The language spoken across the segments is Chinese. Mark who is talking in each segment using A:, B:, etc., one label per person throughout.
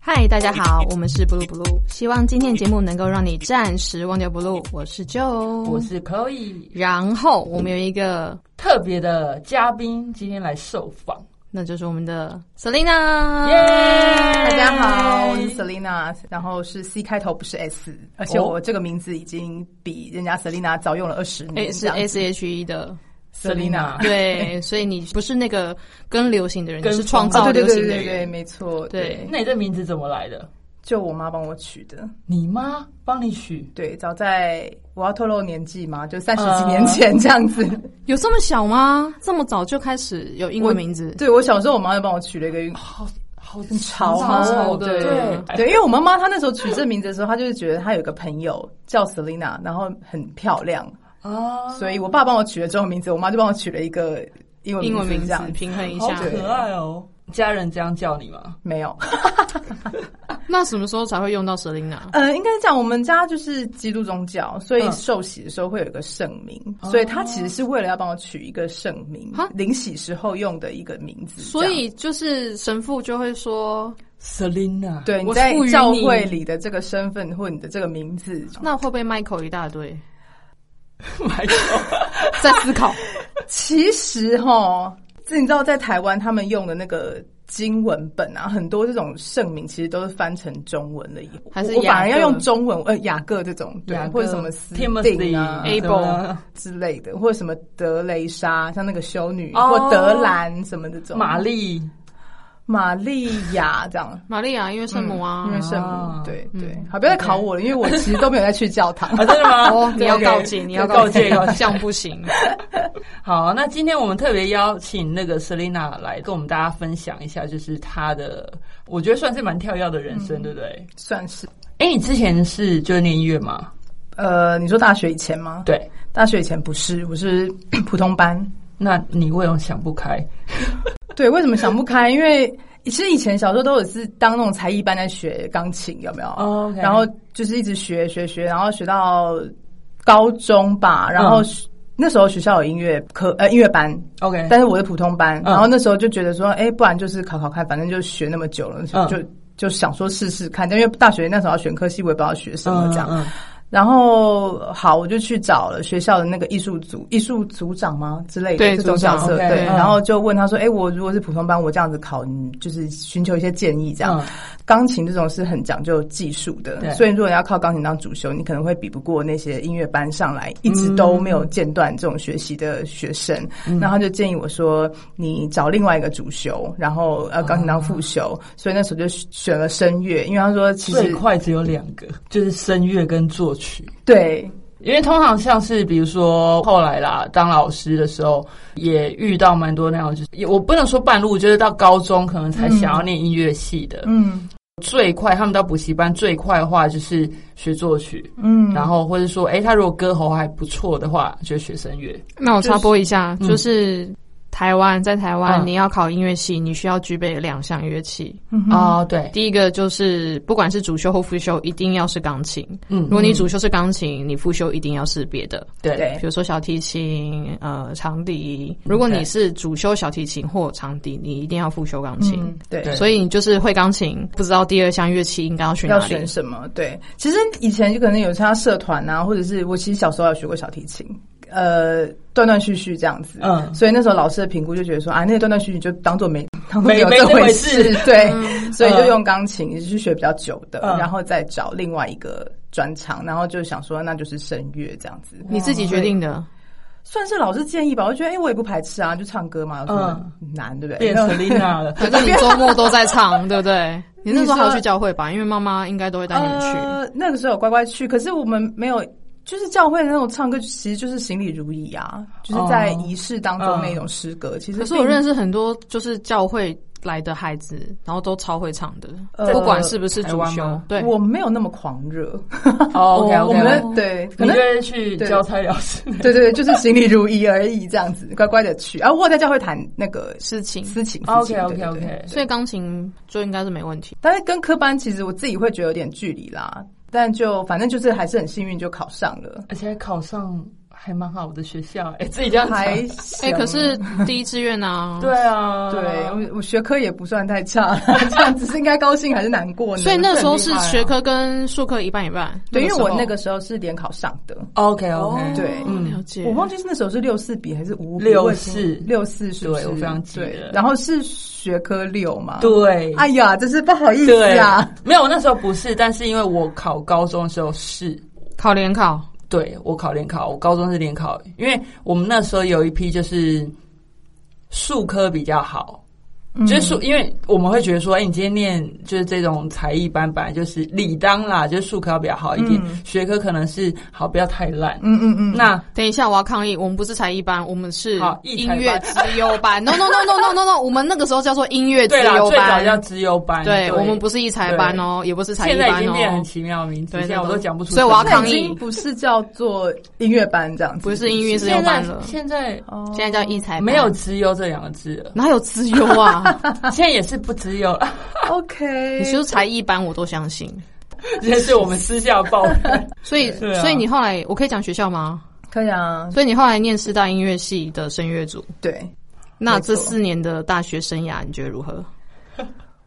A: 嗨，大家好，我们是 Blue Blue，希望今天节目能够让你暂时忘掉 Blue。我是 Joe，
B: 我是 Chloe，
A: 然后我们有一个，
B: 特别的嘉宾今天来受访，
A: 那就是我们的 Selina，
B: 耶！
C: 大
B: 大
C: 家好，我是 Selina，然后是 C 开头，不是 S，而
A: 哦
C: 且我这个名字已经比人家 Selina 早用了二十
A: 诶，哎
C: 年这
A: 是
C: 样子。
A: S H E 的，
B: Selina
A: 对，所以你不是那个跟流行的人，
B: 跟
A: 你是创造
C: 哦，对
A: 流
C: 对
A: 行
C: 对
A: 的
C: 对对，
A: 人。
C: 没错，
A: 对
C: 对，
B: 那你这名字怎么来的？
C: 就我妈帮我取的。
B: 你妈帮你取？
C: 对，早在我要透露年纪嘛，就三十
A: 嗯
C: 几年前这样 子。
A: 有这么小吗？这么早就开始有英文名字？
C: 对我小时候，我妈就帮我取了一个
B: 好好
C: 潮
B: 好
C: 吗
B: 潮
A: 对
B: 对哎
C: 对，因为我妈妈她那时候取这名字的时候，她就是觉得她有个朋友叫 Selina，然后很漂亮，
B: 啊，
C: 所以我爸帮我取了这种名字，我妈就帮我取了一个英文
A: 英文
C: 名
A: 名
C: 字这
A: 字
C: 样子。
A: 平衡一
B: 好
A: 下。
B: 可爱哦！家人这样叫你吗？
C: 没有，
A: 那什么时候才会用到 Selina？
C: 呃，应该讲我们家就是基督宗教，所以
B: 嗯
C: 受洗的时候会有一个圣名，所以他其实是为了要帮我取一个圣名
A: 哦哈，
C: 临洗时候用的一个名字。
A: 所
C: 这样
A: 以就是神父就会说，
B: Selina，，
C: 对你
A: 我
C: 在
A: 赋予
C: 教
A: 你
C: 会里的这个身份或你的这个名字，
A: 那会不会 Michael 一大堆？
B: 买手
A: 在思考，
C: 其实哈，这你知道在台湾他们用的那个。经文本啊，很多这种圣名其实都是翻成中文的，
A: 还是
C: 我我反
A: 雅
C: 而要
A: 各
C: 用中文，呃，雅各这种，对
B: 雅，各
C: 或者什么斯定啊
B: Timothy、
A: Abel
C: 之类的，或者什么德雷莎，像那个修女、
B: 哦
C: 或德兰什么这种，
B: 玛丽，
C: 玛利亚这样。
A: 玛利亚因为圣母啊
C: 嗯因，为圣母，
B: 啊
C: 对
A: 嗯
C: 对，好，不要再考我了，因为我其实都没有再去教堂。
B: 啊，真的吗？
A: 哦，你要
B: 对
A: 告诫，你要
B: 告诫，告诫
A: 这。样不行。
B: 好，那今天我们特别邀请那个 Selina 来跟我们大家分享一下，就是她的，我觉得算是蛮跳跃的人生，对不对？
C: 算是，
B: 哎、你之前是就是念音乐吗？
C: 呃，你说大学以前吗？，
B: 对，
C: 大学以前不是，我是 普通班。
B: 那你为什么想不开？
C: 对，为什么想不开？因为其实以前小时候都有是当那种才艺班在学钢琴，有没有？
B: 哦，OK
C: 然后就是一直学学学，然后学到高中吧，然后
B: 嗯
C: 学那时候学校有音乐课，呃，音乐班，
B: OK，
C: 但是我是普通班，
B: 嗯
C: 然后那时候就觉得说，哎、不然就是考考看，反正就学那么久了，
B: 嗯
C: 就就想说试试看。但因为大学那时候要选科系，我也不知道学什么这样。
B: 嗯嗯
C: 然后好，我就去找了学校的那个艺术组，艺术组长吗之类的
A: 对
C: 这种
A: 组长
C: 角色，
B: OK，
C: 对。
B: 嗯
C: 然后就问他说，哎、我如果是普通班，我这样子考，你就是寻求一些建议这样。
B: 嗯
C: 钢琴这种是很讲究技术
B: 对
C: 的，所以如果你要靠钢琴当主修，你可能会比不过那些音乐班上来一直都没有间断这种学习的学生。
B: 嗯
C: 然后他就建议我说，你找另外一个主修，然后呃钢琴当副修。所以那时候就选了声乐，因为他说其
B: 嗯最
C: 实
B: 快只有两个，就是声乐跟作曲。
C: 对
B: 因为通常像是比如说后来啦，当老师的时候也遇到蛮多那样，就是也我不能说半路，就是到高中可能才想要念音乐系的，
C: 嗯
B: 最快他们到补习班最快的话就是学作曲，
C: 嗯，
B: 然后或者说，哎，他如果歌喉还不错的话，就学声乐。
A: 那我插播一下，
B: 嗯
A: 就是台湾在台湾，
B: 嗯
A: 你要考音乐系，你需要具备两项乐器。
C: 嗯哼
B: 哦，对，
A: 第一个就是不管是主修或副修，一定要是钢琴。
B: 嗯
A: 如，果你主修是钢琴，你副修一定要是别的，
B: 对
C: 对
A: 比如说小提琴、呃长笛。如果你是主修小提琴或长笛，你一定要副修钢琴。
C: 嗯对。
B: 对
A: 所以你就是会钢琴，不知道第二项乐器应该要去哪
C: 要
A: 里。
C: 选什么？对，其实以前就可能有参加社团啊，或者是我其实小时候有学过小提琴，呃，断断续续这样子。
B: 嗯
C: 所以那时候老师的评估就觉得说，啊，那个断断续续就当做没当做
B: 没
C: 有
B: 没
C: 这
B: 这回
C: 事
B: 事，
C: 对，所以就用钢琴也是去学比较久的，
B: 嗯
C: 然后再找另外一个专长，然后就想说那就是声乐这样子，
A: 你自己决定的。
C: 算是老师建议吧。我就觉得，哎、我也不排斥啊，就唱歌嘛，有什么难，对不对？
B: 变 Selina 了。
A: 反正你周末都在 唱，对不对？你那时候还有去教会吧？因为妈妈应该都会带你们去。
C: 呃。那个时候有乖乖去，可是我们没有，就是教会那种唱歌，其实就是行礼如仪啊，就是在仪式当中那种诗歌。其
A: 哦
C: 实
A: 可
C: 并，
A: 是我认识很多就是教会来的孩子，然后都超会唱的，
C: 呃
A: 不管是不是主
B: 台湾
A: 修
B: 吗。
A: 对，
C: 我没有那么狂热。
B: 哦
A: 哦
B: ，OK，OK，
C: 我
A: 对
C: 们
A: 啊
C: 的
B: OK，
C: 对，可
B: 你
C: 能
B: 就会去
C: 对
B: 交差了事。
C: 对对对，就是行礼如仪而已，这样子乖乖的去。啊，我有在教会弹那个
A: 事情，
C: 私情。私情
B: OK，OK，OK。
C: 对对对
B: OK，OK，OK
A: 所以钢琴就应该是没问题。
C: 但是跟科班其实我自己会觉得有点距离啦。但就反正就是还是很幸运就考上了，
B: 而且还考上还蛮好的学校，哎，自己这样讲。
C: 还
A: 哎、
C: 哎
A: 可是第一志愿呢、啊？
B: 对啊，
C: 对，我我学科也不算太差，这样子是应该高兴还是难过呢？
A: 所以那时候是
B: 很厉害啊
A: 学科跟术科一半一半。
C: 对，因为我那
A: 时
C: 个时候是联考上的，
B: OK
A: 候
B: OK，
C: 对嗯
A: 哦
B: 嗯
A: 了解。
C: 我忘记是那时候是六四比还是五
B: 六四
C: 四六四是不是？
B: 对我非常记得
C: 对然后是学科六嘛？，
B: 对，
C: 哎呀，真是不好意思
B: 对
C: 啊。，
B: 没有，我那时候不是，但是因为我考高中的时候是，
A: 考联考，
B: 对我考联考，我高中是联考，因为我们那时候有一批就是数科比较好。
A: 嗯
B: 就是数，因为我们会觉得说，哎、你今天念就是这种才艺班，本来就是理当啦，就是数科要比较好一点，
A: 嗯
B: 学科可能是好，不要太烂。
C: 嗯嗯嗯，
B: 那
A: 等一下我要抗议，我们不是才艺班，我们是
B: 好艺
A: 音
B: 才
A: 乐
B: 班
A: 资优班。No no no no no no no，我们那个时候叫做音乐资
B: 对啦，
A: 优
B: 最早叫
A: 班。
B: 资优班，
A: 对，我们不
B: 是
A: 是艺才班哦，也不是才艺
B: 现在已
A: 班
B: 经变得
A: 哦
B: 很，奇妙的名字，
A: 对
B: 现在我
A: 那
B: 都
A: 个
B: 讲不出
A: 所
B: 什
A: 以
B: 么。
A: 我要
C: 那
A: 抗议
C: 已经不是叫做音乐班这样子，
A: 不是音乐资优
B: 现在
A: 班了，
B: 现在
C: 哦
A: 现在叫艺才班。
B: 没有资优这两个字了，
A: 哪有资优啊？
B: 现在也是不资优了，
C: OK，
A: 你说才艺班我都相信，
B: 这是我们私下报的。
A: 所以
B: 对啊
A: 所以你后来我可以讲学校吗？
C: 可以啊，
A: 所以你后来念师大音乐系的声乐组，
C: 对。
A: 那
C: 没错
A: 这四年的大学生涯你觉得如何？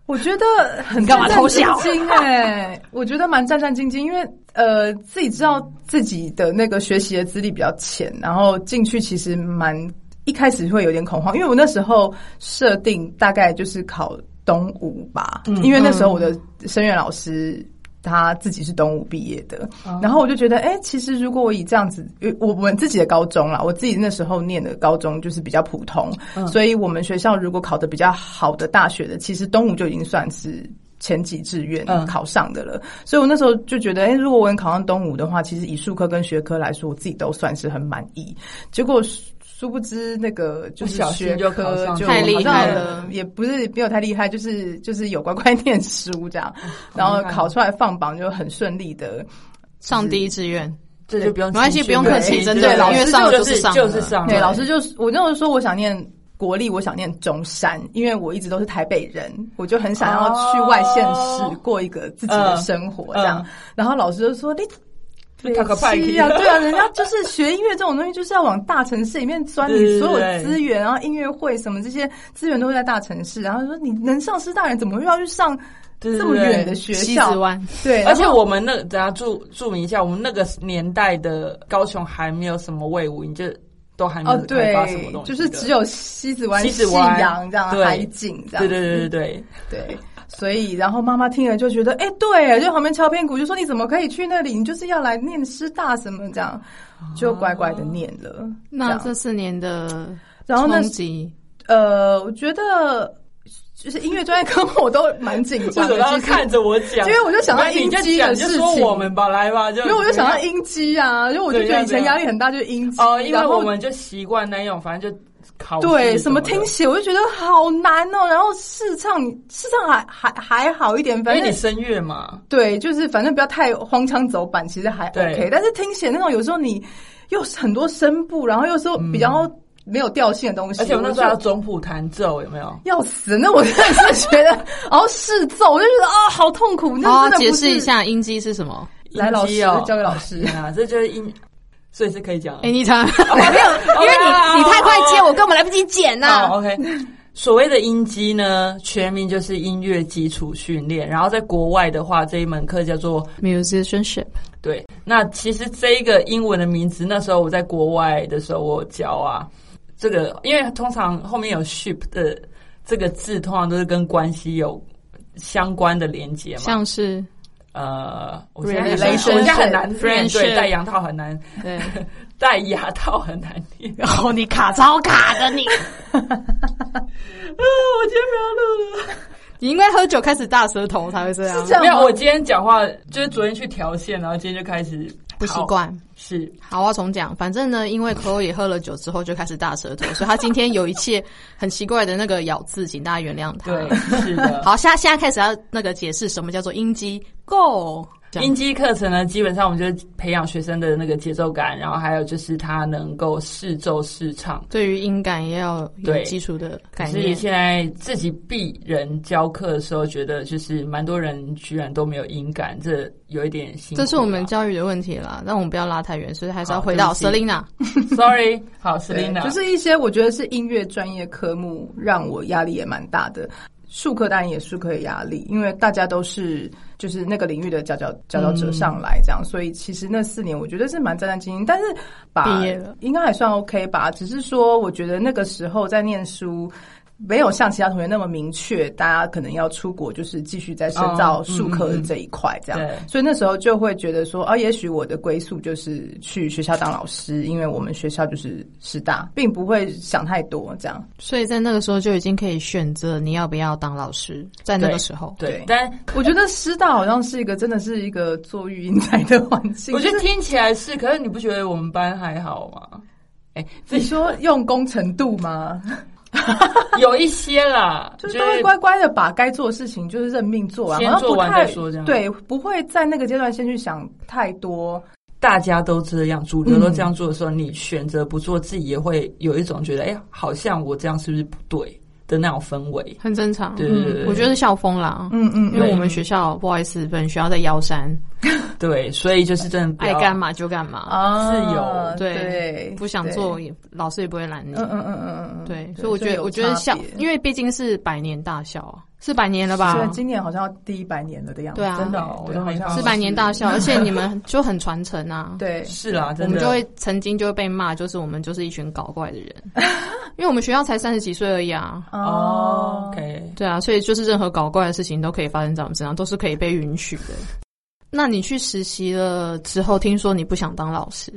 C: 我觉得很
A: 你干嘛偷笑
C: 战战兢兢哎，我觉得蛮战战兢兢，因为呃自己知道自己的那个学习的资历比较浅，然后进去其实蛮一开始会有点恐慌，因为我那时候设定大概就是考东吴吧，
A: 嗯
C: 因为那时候我的声乐老师。他自己是东吴毕业的，
B: 哦
C: 然后我就觉得，哎、其实如果我以这样子，呃我我们自己的高中啦，我自己那时候念的高中就是比较普通，
B: 嗯
C: 所以我们学校如果考的比较好的大学的，其实东吴就已经算是。前几志愿
B: 嗯
C: 考上的了，所以我那时候就觉得，哎、如果我能考上东吴的话，其实以术科跟学科来说，我自己都算是很满意。结果殊殊不知，那个就
B: 不
C: 是
B: 小心
C: 学
B: 就考
C: 科
B: 上
C: 就
A: 太厉
C: 好像
A: 害了
C: 也不是没有太厉害，就是就是有乖乖念书 这样，然后
B: 厉害
C: 考出来放榜就很顺利的。
A: 上第一志愿，
B: 这就不用
A: 没关系
B: 进去
A: 不用
B: 了
A: 客气
B: 对
A: 真
C: 的
B: 对
C: 老
B: 因为
C: 师
B: 上了
A: 就
B: 就是
A: 是上
B: 就
A: 了
B: 是上了，
C: 对，老师就是我那时候说我想念国立，我想念中山，因为我一直都是台北人，我就很想要去外县市
B: 哦
C: 过一个自己的生活这样。
B: 嗯嗯
C: 然后老师就说你。
B: 就讨个派
C: 北
B: 去
C: 七啊，对啊，人家就是学音乐这种东西，就是要往大城市里面钻。
B: 对对
C: 你所
B: 对
C: 有资源，然啊后音乐会什么这些资源都会在大城市。然后说你能上师大人，怎么又要去上
B: 对对
C: 这么
B: 对
C: 远的学
A: 西
C: 校
A: 子？湾，
C: 对，
B: 而且我们那等下注注明一下，我们那个年代的高雄还没有什么魏武营，就都还没有，
C: 哦
B: 开
C: 对
B: 发什么东西的，，
C: 就是只有西子湾、
B: 西子
C: 夕
B: 湾
C: 阳这样
B: 对
C: 海景这样
B: 对
C: 子。
B: 对对对对，
C: 对，所以然后妈妈听了就觉得，哎、对，就旁边敲边鼓，就说你怎么可以去那里？你就是要来念师大什么这样，就乖乖的念了。
A: 那
C: 这
A: 这
C: 样
A: 四年的
C: 然后那
A: 冲击
C: 呃，我觉得就是音乐专业科目我都蛮紧
B: 为
C: 张
B: 什么
C: 的，
B: 要
C: 其实
B: 看着我讲？
C: 因为我就想到
B: 那你就
C: 应激
B: 讲
C: 的
B: 就
C: 事
B: 说
C: 情
B: 我们吧，来吧，就
C: 因为我就想到音机啊，因为我就觉得以前压力很大，就是音机
B: 哦，因为
C: 然后
B: 我们就习惯那种，反正就考试
C: 对，
B: 什
C: 什么听
B: 的，
C: 写，我就觉得好难哦。然后试唱，试唱还还还好一点，反
B: 因为
C: 正
B: 哎你声乐嘛，
C: 对，就是反正不要太荒腔走板，其实还
B: 对
C: OK。但是听写那种，有时候你又是很多声部，然后又是比较没有调性的东
B: 嗯
C: 西，
B: 而且我那时候还要
C: 就
B: 总谱弹奏，有没有？
C: 要死，那我 真的是觉得，然后试奏，我就觉得啊、好痛苦。
A: 好
C: 那
A: 啊
C: 真的不
A: 解
C: 是
A: 释一，下音机是什么？
C: 来老师
B: 音机哦
C: 交给老 师。
B: 啊，这就是音，所以是可以讲的。
A: 哎，你讲没有， 因为你你太快接，我根本来不及剪呐
B: 哦。OK，所谓的音基呢，全名就是音乐基础训练。然后在国外的话，这一门课叫做
A: Musicianship，
B: 对。那其实这一个英文的名字，那时候我在国外的时候我有教啊，这个因为通常后面有 ship 的这个字，通常都是跟关系有相关的连接嘛。
A: 像是
B: 呃，我现在很
A: Relationship
B: 我现在很难念，对，
A: Friendship
B: 戴牙套很难，
A: 对，
B: 戴牙套很难念。
A: 然后你卡超卡的你，
B: 啊，我今天不要录了。
A: 你应该喝酒开始大舌头才会这样
C: 是这，样
B: 没有，
C: 吗
B: 我今天讲话就是昨天去调线，然后今天就开始
A: 不习。惯。
B: 好是，
A: 好，我要重讲。反正呢，因为 Chloe 也喝了酒之后就开始大舌头，所以他今天有一切很奇怪的那个咬字，请大家原谅他。
B: 对，是的。
A: 好，现在现在开始要那个解释什么叫做音机 go 这样
B: 音基课程呢，基本上我们就是培养学生的那个节奏感，然后还有就是他能够试奏试唱。
A: 对于音感也要有
B: 对
A: 基础的
B: 可
A: 概
B: 是
A: 念。
B: 现在自己逼人教课的时候，觉得就是蛮多人居然都没有音感，这有一点辛苦啊。
A: 这是我们教育的问题啦，那我们不要拉太远，所以还是要
B: 好
A: 回
B: 对不
A: 到
B: 起
A: Selina。
B: sorry 好
C: 对，
B: ，Selina
C: 就是一些我觉得是音乐专业科目让我压力也蛮大的。术科当然也术科的压力，因为大家都是就是那个领域的佼佼佼佼者上来
B: 嗯
C: 这样，所以其实那四年我觉得是蛮战战兢兢，但是把
A: 毕业了
C: 应该还算 OK 吧。只是说我觉得那个时候在念书。没有像其他同学那么明确，大家可能要出国，就是继续再深造
B: 哦
C: 术科这一块，这样、
B: 嗯嗯嗯
C: 所以那时候就会觉得说，啊，也许我的归宿就是去学校当老师，因为我们学校就是师大，并不会想太多这样。
A: 所以在那个时候就已经可以选择你要不要当老师，在那个
B: 对
A: 时候，
B: 对
C: 对，
B: 但
C: 我觉得师大好像是一个真的是一个坐育英才的环境。
B: 我觉得
C: 就是
B: 听起来是，可是你不觉得我们班还好吗？哎、
C: 你说用功程度吗？
B: 有一些啦，
C: 就
B: 就是是
C: 都会乖乖的把该做的事情就是认命做完，
B: 先
C: 好像不
B: 做完
C: 太
B: 再说这样
C: 对，不会在那个阶段先去想太多。
B: 大家都这样，主流都这样做的时候，你选择不做，自己也会有一种觉得，哎、好像我这样是不是不对的那种氛围。
A: 很正常。
B: 对对对对
A: 我觉得是校风啦，
C: 嗯嗯，
A: 因为我们学校不好意思，本学校在幺山，
B: 对，所以就是真的不
A: 爱
B: 要
A: 干嘛就干嘛，
C: 啊，
B: 自由
A: 对
C: 对，
A: 不想
C: 对
A: 做也老师也不会拦你
C: 嗯。嗯嗯嗯嗯，
A: 对，所以我觉得
C: 有
A: 我觉得
C: 差
A: 校
C: 别，
A: 因为毕竟是百年大校啊，是百年了
C: 对，
A: 吧？
C: 今年好像要第一百年了的样子，
A: 对啊
B: 真的哦我
C: 对
B: 都没
C: 好像
B: 看到
A: 是百年大校，而且你们就很传承啊。
C: 嗯 对，
B: 是啦，
A: 我
B: 真
A: 们
B: 的
A: 就会曾经就会被骂，就是我们就是一群搞怪的人， 因为我们学校才三十几岁而已啊。
B: 哦，OK，
A: 对啊，所以就是任何搞怪的事情都可以发生在我们身上，都是可以被允许的。那你去实习了之后，听说你不想当老师，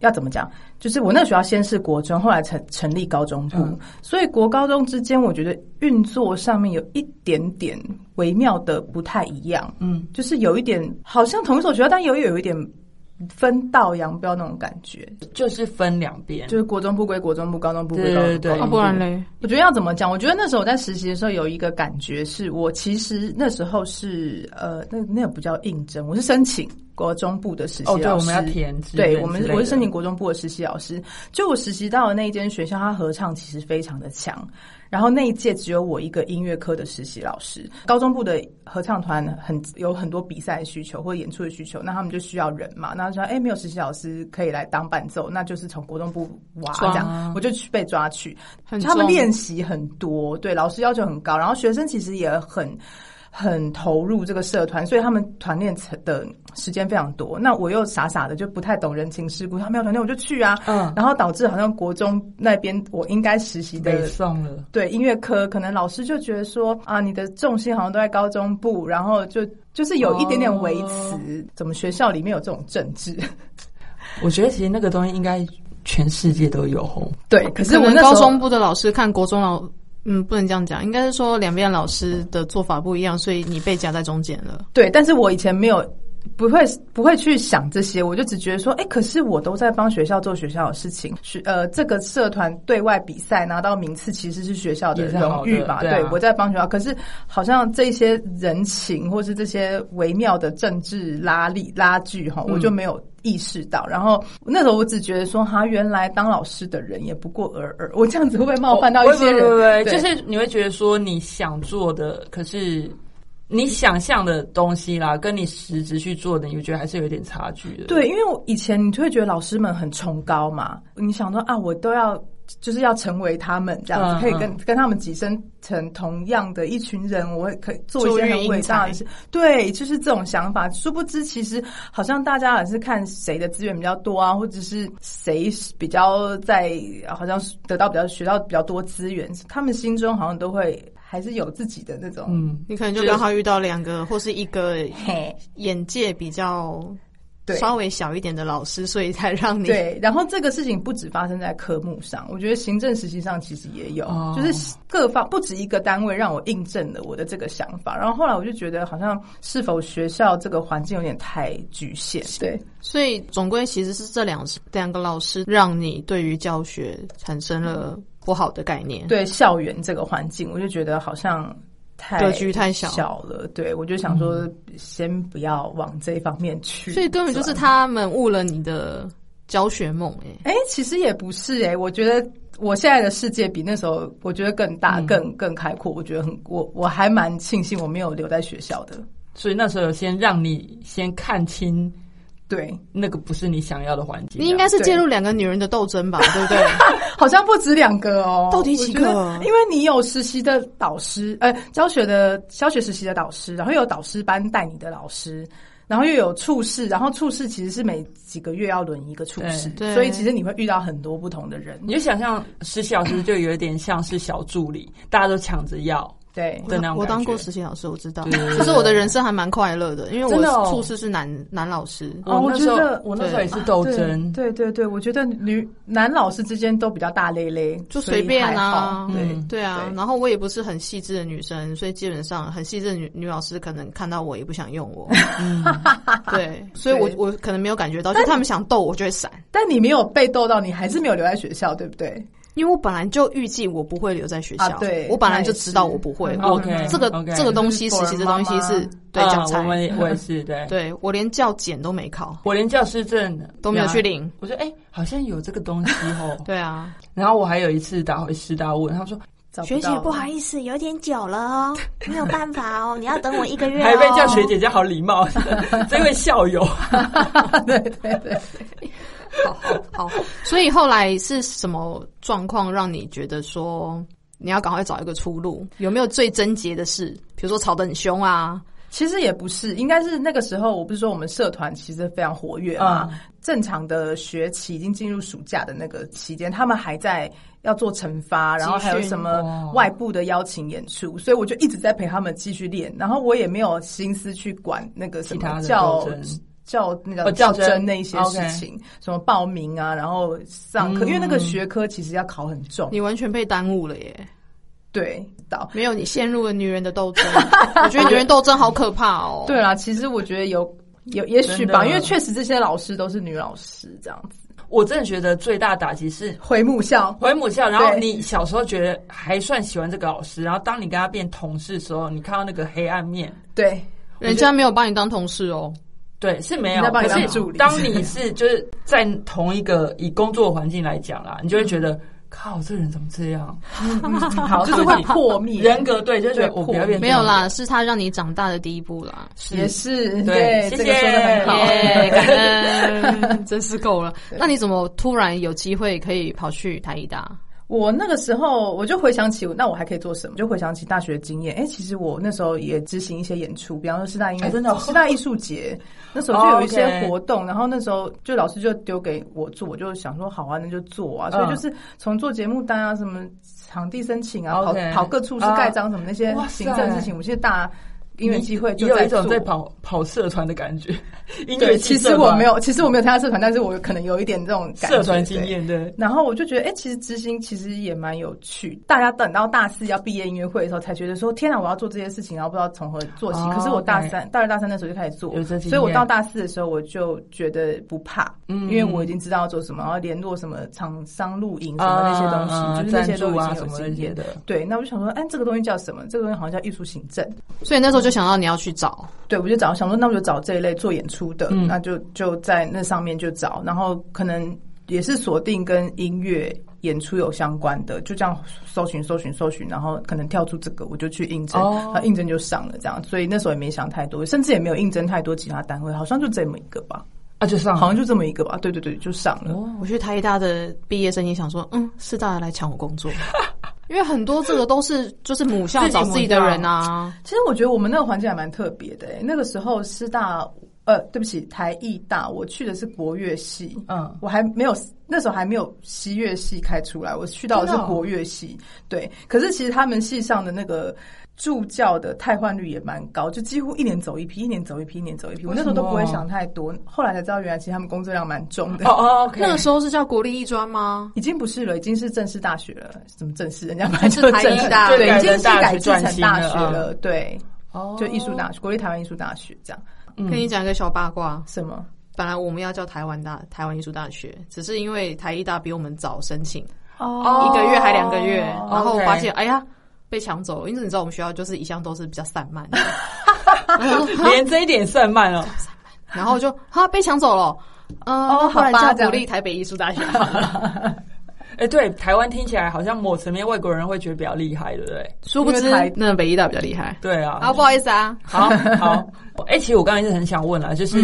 C: 要怎么讲？就是我那个学校先是国中，后来成成立高中部，
B: 嗯
C: 所以国高中之间，我觉得运作上面有一点点微妙的不太一样，
B: 嗯，
C: 就是有一点好像同一所学校，但又有一点分道扬镳那种感觉，
B: 就是分两边
C: 就，是国中部归国中部，高中部归高
B: 对对对
C: 高中
A: 啊，
C: 部
A: 不然嘞，
C: 我觉得要怎么讲？我觉得那时候我在实习的时候有一个感觉是，我其实那时候是呃，那那个不叫应征，我是申请国中部的实习
B: 哦，
C: 老师。
B: 对，我们要填志愿之类
C: 对
B: 的，
C: 我们我是申请国中部的实习老师，就我实习到的那一间学校，它合唱其实非常的强。然后那一届只有我一个音乐科的实习老师，高中部的合唱团很有很多比赛的需求或演出的需求，那他们就需要人嘛。那他说，哎，没有实习老师可以来当伴奏，那就是从国中部挖
A: 抓
C: 这样，我就去被抓去。
A: 很
C: 他们
A: 重
C: 练习很多，对老师要求很高，然后学生其实也很很投入这个社团，所以他们团练的时间非常多。那我又傻傻的就不太懂人情世故，他们要团练我就去啊，
B: 嗯，
C: 然后导致好像国中那边我应该实习
B: 北
C: 的。
B: 送了，
C: 对音乐科，可能老师就觉得说啊，你的重心好像都在高中部，然后就就是有一点点维
A: 哦
C: 持。怎么学校里面有这种政治？
B: 我觉得其实那个东西应该全世界都有吼，
C: 对，可是我
A: 可
C: 那
A: 能
C: 时候
A: 高中部的老师看国中老，嗯，不能这样讲，应该是说两边老师的做法不一样，所以你被夹在中间了。
C: 对，但是我以前没有不会不会去想这些，我就只觉得说，哎，可是我都在帮学校做学校的事情，学呃这个社团对外比赛拿到名次其实是学校的
B: 也是好的
C: 荣誉嘛，
B: 对啊
C: 我在帮学校，可是好像这些人情或是这些微妙的政治拉力拉锯哈，
B: 嗯
C: 我就没有。意识到，然后那时候我只觉得说，哈，原来当老师的人也不过尔尔。我这样子会不会冒犯哦到一些
B: 哦
C: 人？
B: 不不不不
C: 对
B: 就是你会觉得说你想做的，可是你想象的东西啦，跟你实质去做的，你会觉得还是有点差距的。，
C: 对，因为我以前你就会觉得老师们很崇高嘛，你想说啊，我都要就是要成为他们这样子，
B: 嗯
C: 可以跟跟他们跻身成同样的一群人，我会可以做一
A: 做
C: 些
A: 育
C: 很伟
A: 英
C: 大的
A: 才
C: 事。对，就是这种想法。殊不知，其实好像大家也是看谁的资源比较多啊，或者是谁比较在好像得到比较学到比较多资源，他们心中好像都会还是有自己的那种。
B: 嗯，
A: 你可能就
B: 就是
A: 刚好遇到两个或是一个
C: 嘿，
A: 眼界比较
C: 对
A: 稍微小一点的老师，所以才让你
C: 对，然后这个事情不止发生在科目上，我觉得行政实习上其实也有，
B: 哦
C: 就是各方不止一个单位让我印证了我的这个想法。然后后来我就觉得，好像是否学校这个环境有点太局限，对，
A: 所以总归其实是这两两个老师让你对于教学产生了不好的概念。，
C: 对校园这个环境，我就觉得好像太
A: 格局太小
C: 小了，对我就想说，先不要往这一方面去，
A: 所以根本就是他们误了你的教学梦哎、
C: 哎、其实也不是哎、我觉得我现在的世界比那时候我觉得更大、
A: 嗯
C: 更更开阔。我觉得很，我我还蛮庆幸我没有留在学校的。
B: 所以那时候有先让你先看清
C: 对，
B: 那个不是你想要的环境。啊
A: 你应该是
C: 对
A: 介入两个女人的斗争吧，对不对？
C: 好像不止两个哦，
A: 到底几个啊
C: 我觉得因为你有实习的导师，呃，教学的教学实习的导师，然后又有导师班带你的老师。然后又有处室，然后处室其实是每几个月要轮一个处室，
A: 对对
C: 所以其实你会遇到很多不同的人。
B: 你就想象实习老师就有点像是小助理，大家都抢着要。
C: 对，
B: 的那种
A: 我当
B: 感觉
A: 过实习老师，我知道。
B: 对对对
A: 其实我的人生还蛮快乐的，因为
B: 真的
A: 我
B: 哦
A: 处事是男男老师，
C: 哦
B: 我那时候
C: 我觉得
B: 我那时候也是斗争，
C: 对对对对，我觉得女男老师之间都比较大咧咧，
A: 就
C: 所以
A: 随便啊
C: 还好对
B: 嗯
A: 对啊。
C: 对
A: 然后我也不是很细致的女生，所以基本上很细致的女女老师可能看到我也不想用 我，嗯 对，所以我
C: 对
A: 我可能没有感觉到，就他们想逗我就会闪，
C: 但你没有被逗到，你还是没有留在学校，对不对？
A: 因为我本来就预计我不会留在学校，
C: 啊对
A: 我本来就知道我不会，
C: 那也
A: 我
C: 是
B: OK，
A: 嗯这个
B: OK
A: 这个东西实习的东西
C: 就是 for 妈妈
A: 对
B: 啊
A: 教
B: 我们
A: 材，
B: 也我也是对。
A: 对我连教检都没考，
B: 我连教师证
A: 都没有去。
B: 对啊
A: 领，
B: 我说哎、好像有这个东西哦。
A: 对啊，
B: 然后我还有一次打回师大问，他说
C: 找
D: 学姐
C: 到
D: 不好意思，有点久了 哦，没有办法哦，你要等我一个月、哦。
B: 还被叫学姐，这样好礼 貌。这位校友，
C: 对对对，
A: 好好好，所以后来是什么状况让你觉得说你要赶快找一个出路？有没有最贞洁的事？比如说吵得很凶啊，
C: 其实也不是，应该是那个时候，我不是说我们社团其实非常活跃嘛。
B: 嗯
C: 正常的学期已经进入暑假的那个期间，他们还在要做惩罚，然后还有什么
B: 哦
C: 外部的邀请演出，所以我就一直在陪他们继续练，然后我也没有心思去管那个什
B: 其他
C: 么
B: 的
C: 教
B: 斗争
C: 教那
B: 哦
C: 个
B: 较真
C: 那一些
B: OK
C: 事
B: 嗯
C: 情，什么报名啊，然后上课，因为那个学科其实要考很重，
A: 你完全被耽误了耶！
C: 对，到
A: 没有，你陷入了女人的斗 争。我觉得女人斗争好可怕哦。
C: 对啦，其实我觉得有有也许
B: 真
C: 吧，
B: 的
C: 因为确实这些老师都是女老师这样子。
B: 我真的觉得最大打击是
C: 回母校，
B: 回母校，然后
C: 对
B: 你小时候觉得还算喜欢这个老师，然后当你跟他变同事的时候，你看到那个黑暗面，
C: 对
A: 人家没有把你当同事哦。
B: 对，是没有
C: 人家。把你
B: 可
C: 当
B: 是
C: 助理
B: 当你是就是在同一个以工作环境来讲啦，你就会觉 得。靠，这人怎么这样？
C: 好，就是会破灭
B: 人格对，就是觉得
C: 嗯对
B: 我不要变。
A: 没有，啦，是他让你长大的第一步啦。
C: 也是
B: 对谢谢
C: 这个说的很好。
A: 耶，感恩， 真是够了。那你怎么突然有机会可以跑去台艺大？
C: 我那个时候我就回想起，那我还可以做什么？就回想起大学经验。哎，其实我那时候也执行一些演出，比方说师大音乐、
B: 哎真的哦
C: 师大艺术节，那时候就有一些
B: 哦，OK
C: 活动。然后那时候就老师就丢给我做，我就想说好啊，那就做啊。所以
B: 嗯
C: 就是从做节目单啊，什么场地申请啊，跑
B: OK
C: 跑各处是
B: 啊
C: 盖章什么那些
B: 哇塞
C: 行政事情，我们现在大音乐机会
B: 你
C: 就
B: 有
C: 在
B: 一种
C: 做
B: 在跑跑社团的感觉。音乐
C: 对，
B: 系
C: 其
B: 社
C: 实我
B: 团
C: 没有，其实我没有参加社团，但是我可能有一点这种感觉
B: 社团经。
C: 对
B: 验，对，
C: 然后我就觉得，哎、其实知心其实也蛮有趣。大家等到大四要毕业音乐会的时候，才觉得说，天哪，啊我要做这些事情，然后不知道从何做起。
B: 哦
C: 可是我大三、大二、大三的时候就开始做
B: 有这，经验
C: 所以我到大四的时候我就觉得不怕，
B: 嗯
C: 因为我已经知道要做什么，然后联络什么厂商、录影什么那些东西，
B: 啊
C: 就是那些
B: 赞助
C: 都已
B: 啊
C: 经有
B: 什么那
C: 经
B: 些
C: 验
B: 的。
C: 对，那我就想说，哎，这个东西叫什么？这个东西好像叫艺术行政。
A: 所以那时候就想到你要去找，
C: 对，我就找想说，那我就找这一类做演出的，
B: 嗯
C: 那就就在那上面就找，然后可能也是锁定跟音乐演出有相关的，就这样搜寻搜寻搜寻，然后可能跳出这个，我就去应征，
B: 哦
C: 然后应征就上了这样，所以那时候也没想太多，甚至也没有应征太多其他单位，好像就这么一个吧，
B: 啊，就上
C: 好像就这么一个吧，对对对，就上了。
B: 嗯
A: 我去台大的毕业生也想说，嗯，师大的来抢我工作，因为很多这个都是就是母校找自己的人啊，
C: 其实我觉得我们那个环境还蛮特别的、欸，那个时候师大。呃，对不起，台艺大，我去的是国乐系，
B: 嗯
C: 我还没有那时候还没有西乐系开出来，我去到的是
B: 真的哦
C: 国乐系，对。可是其实他们系上的那个助教的汰换率也蛮高，就几乎一年走一批，一年走一批，一年走一批。我那时候都不会
B: 为什么
C: 想太多，后来才知道原来其实他们工作量蛮 重的。
B: 哦哦，OK，
A: 那个时候是叫国立艺专吗？
C: 已经不是了，已经是正式大学了。什么正式？人家本
A: 还
C: 来
A: 是
C: 就
A: 台
C: 正
A: 艺
C: 式
A: 大
C: 对，
B: 就改
C: 已经
B: 成
C: 是
B: 大
C: 改
B: 学
C: 制成大
B: 转
C: 学
B: 型了嗯
C: 了。对，
B: 哦
C: 就艺术大学，国立台湾艺术大学这样。
A: 跟你讲一个小八卦，
C: 什么？
A: 本来我们要叫台湾大台湾艺术大学，只是因为台艺大比我们早申请，
C: 哦
A: 一个月还两个月，
B: 哦
A: 然后我
B: OK
A: 发现，哎呀，被抢走了，因为你知道我们学校就是一向都是比较散漫的，
B: 连这一点散漫哦。
A: 然后就哈被抢走了，呃，
C: 哦
A: 那不然
C: 好吧
A: 就
C: 这
A: 要
C: 样
A: 鼓励台北艺术大学。
B: 哎，对，台湾听起来好像某层面外国人会觉得比较厉害，对不对？
A: 殊不知
C: 因为台
A: 那北医大比较厉害。
B: 对啊。
A: 啊，不好意思啊，
B: 好好，哎、其实我刚才是很想问啦，就是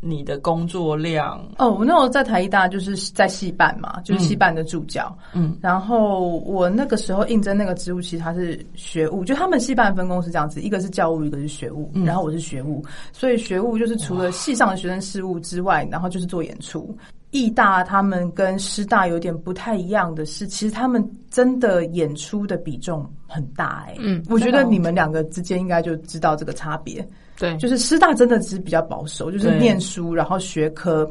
B: 你的工作量，
C: 哦，我那时候在台艺大就是在戏办嘛，就是戏办的助教。
B: 嗯
C: 嗯，然后我那个时候应征那个职务，其实它是学务，就他们戏办分工是这样子，一个是教务，一个是学务，然后我是学务，所以学务就是除了系上的学生事务之外，然后就是做演出。艺大他们跟师大有点不太一样的是，其实他们真的演出的比重很大哎、
A: 嗯
C: 我觉得你们两个之间应该就知道这个差别。
A: 对，
C: 就是师大真的是比较保守，就是
B: 对
C: 念书然后学科。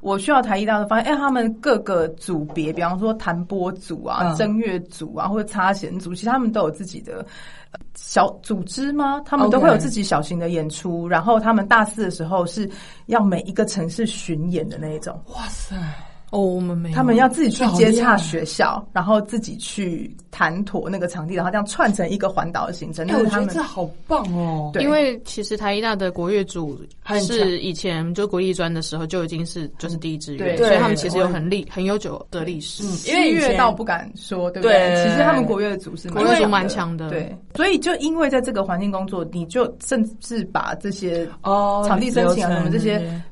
C: 我去到台艺大的发现，哎、他们各个组别，比方说弹拨组啊、
B: 嗯
C: 声乐组啊，或者插弦组，其实他们都有自己的呃小组织吗？他们都
B: OK
C: 会有自己小型的演出然后他们大四的时候是要每一个城市巡演的那一种，
B: 哇塞，
A: 哦，我们没有，
C: 他们要自己去
B: 好
C: 接
B: 厉害
C: 洽学校，然后自己去谈妥那个场地，然后这样串成一个环岛的行程。
B: 哎、
C: 那
B: 我觉
C: 是他
B: 得
C: 们
B: 这好棒哦。
C: 嗯对
A: 因为其实台医大的国乐组
B: 很强
A: 是以前就国立专的时候就已经是就是第一志愿，
C: 对
A: 所以他们
B: 对
A: 其实有很历很悠久的历史。
B: 嗯因
C: 因为
B: 为以
C: 乐
B: 前
C: 倒不敢说，对不对？
B: 对
C: 其实他们国乐的组是
A: 国乐组
C: 的
A: 蛮强的
C: 对，所以就因为在这个环境工作，你就甚至把这些
B: 哦，
C: 场地申请啊
B: 流
C: 什么
B: 程
C: 这些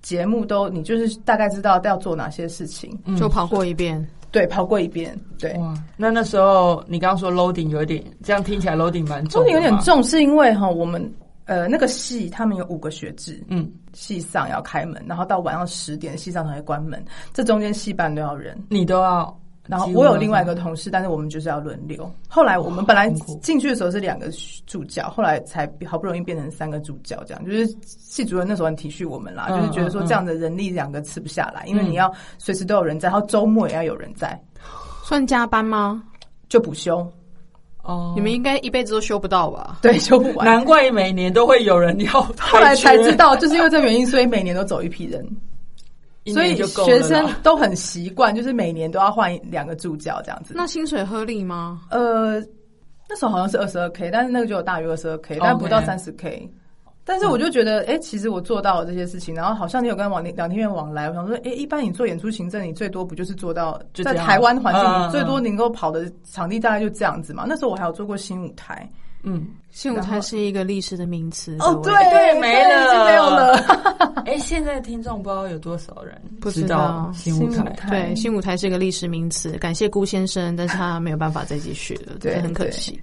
C: 节目都，你就是大概知道要做哪些事情，
A: 就跑过一遍，
C: 对，跑过一遍，对。
B: 哇，那那时候你刚刚说 loading 有一点，这样听起来 loading 蛮重，
C: 重点有点，重，是因为哈，我们呃那个系他们有五个学制，
B: 嗯，
C: 系上要开门，然后到晚上十点系上才会关门，这中间系办都要人，
B: 你都要。
C: 然后我有另外一个同事，但是我们就是要轮流。后来我们本来
B: 很酷
C: 进去的时候是两个助教，后来才好不容易变成三个助教，这样就是系主任那时候很体恤我们啦，
B: 嗯
C: 就是觉得
B: 嗯
C: 说
B: 嗯嗯
C: 这样的人力两个吃不下来，因为你要随时都有人在，然后周末也要有人在，
A: 算加班吗？
C: 就补休，
B: 哦，
A: 你们应该一辈子都修不到吧？
C: 对，修不完。
B: 难怪每年都会有人要
C: 后
B: 后
C: 来才知，道，就是因为这个原因，所以每年都走一批人，
B: 一
C: 所
B: 年
C: 以
B: 就够了
C: 学
B: 啦
C: 生都很习惯，就是每年都要换两个助教这样子。
A: 那薪水合理吗？
C: 呃，那时候好像是二十二 k，但是那个就有大于二十二 k，但不到
B: OK
C: 三十 k。但是我就觉得，哎、其实我做到了这些事情，然后好像你有跟网两天院往来，我想说，哎、一般你做演出行政，你最多不就是做到
B: 就
C: 在
B: 这样
C: 台湾环境，
B: 嗯嗯嗯
C: 你最多能够跑的场地大概就这样子嘛。那时候我还有做过新舞台，
B: 嗯，
A: 新舞台是一个历史的名词
C: 哦，
A: 各位
C: 对
B: 对没了
C: 已经没有了。
B: 哎，现在的听众不知道有多少人
A: 不知
B: 知
A: 道
B: 新舞台，
A: 对，新舞台是一个历史名词，感谢辜先生，但是他没有办法再继续了，
C: 对
A: 这很可惜，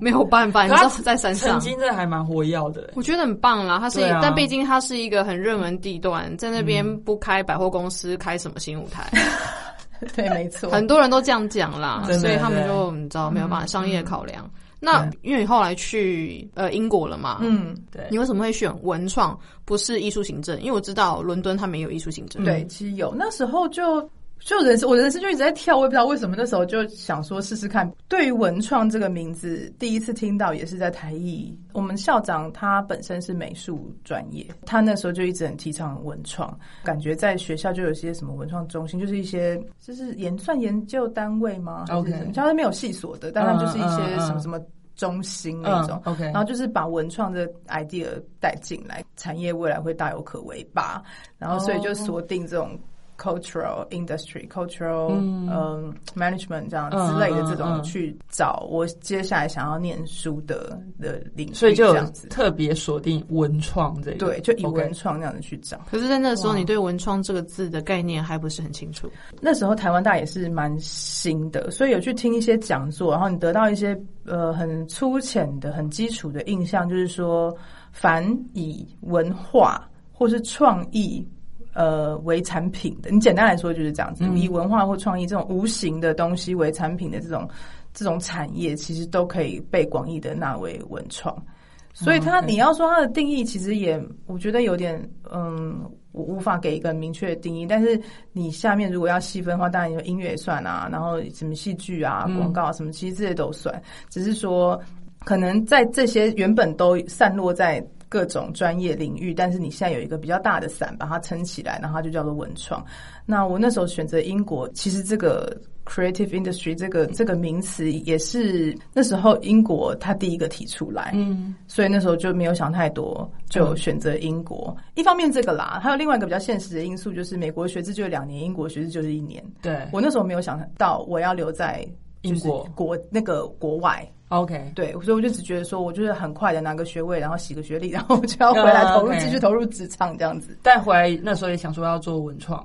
A: 没有办法，你
B: 可
A: 知
B: 他
A: 道在山
B: 曾
A: 上，
B: 经真的还蛮活跃的，
A: 我觉得很棒啦。它是一，
B: 对啊
A: 但毕竟它是一个很热门地段，在那边不开百货公司，开什么新舞台？
C: 对，没错。
A: 很多人都这样讲啦，
B: 真的
A: 所以他们就你知道没有办法商业考量。那因为你后来去呃英国了嘛，
C: 嗯，
B: 对
A: 你为什么会选文创不是艺术行政？因为我知道伦敦他们也有艺术行政，
B: 嗯
C: 对，其实有那时候就就人生，我人生就一直在跳，我也不知道为什么那时候就想说试试看。对于文创这个名字，第一次听到也是在台艺，我们校长他本身是美术专业，他那时候就一直很提倡文创，感觉在学校就有些什么文创中心，就是一些就是研算研究单位吗还是
B: OK
C: 什么？他没有细所的，但他们就是一些
B: 嗯嗯嗯
C: 什么什么中心那种。
B: 嗯，OK
C: 然后就是把文创的 idea 带进来，产业未来会大有可为吧。然后所以
B: 哦
C: 就锁定这种 cultural industry、cultural
B: 嗯
C: 嗯、management 这样
B: 嗯
C: 之类的这
B: 嗯嗯
C: 种去找我接下来想要念书的的领域，
B: 所以就
C: 这
B: 有
C: 样子。
B: 特别锁定文创这个，
C: 对，就以
B: OK
C: 文创那样子去找。
A: 可是，在那时候，
B: 哇
A: 你对“文创”这个字的概念还不是很清楚。
C: 那时候台湾大也是蛮新的，所以有去听一些讲座，然后你得到一些呃很粗浅的、很基础的印象，就是说，凡以文化或是创意。呃，为产品的，你简单来说就是这样子，以文化或创意这种无形的东西为产品的这种这种产业，其实都可以被广义的纳为文创。所以它，
B: OK
C: 你要说它的定义，其实也我觉得有点，嗯，我无法给一个明确的定义。但是你下面如果要细分的话，当然有音乐也算啊，然后什么戏剧啊、
B: 嗯
C: 广告、啊、什么，其实这些都算。只是说，可能在这些原本都散落在各种专业领域，但是你现在有一个比较大的伞把它撑起来，然后它就叫做文创。那我那时候选择英国，其实这个 creative industry 这个这个名词也是那时候英国他第一个提出来，
B: 嗯，
C: 所以那时候就没有想太多，就选择英国。一方面这个啦，还有另外一个比较现实的因素，就是美国学制就是两年，英国学制就是一年。
B: 对
C: 我那时候没有想到我要留在就
B: 英
C: 是
B: 国
C: 国那个国外，
B: ，OK，
C: 对，所以我就只觉得说我就是很快的拿个学位，然后洗个学历，然后我就要回来投入
B: 嗯，OK
C: 继续投入职场这样子。
B: 带回来那时候也想说要做文创，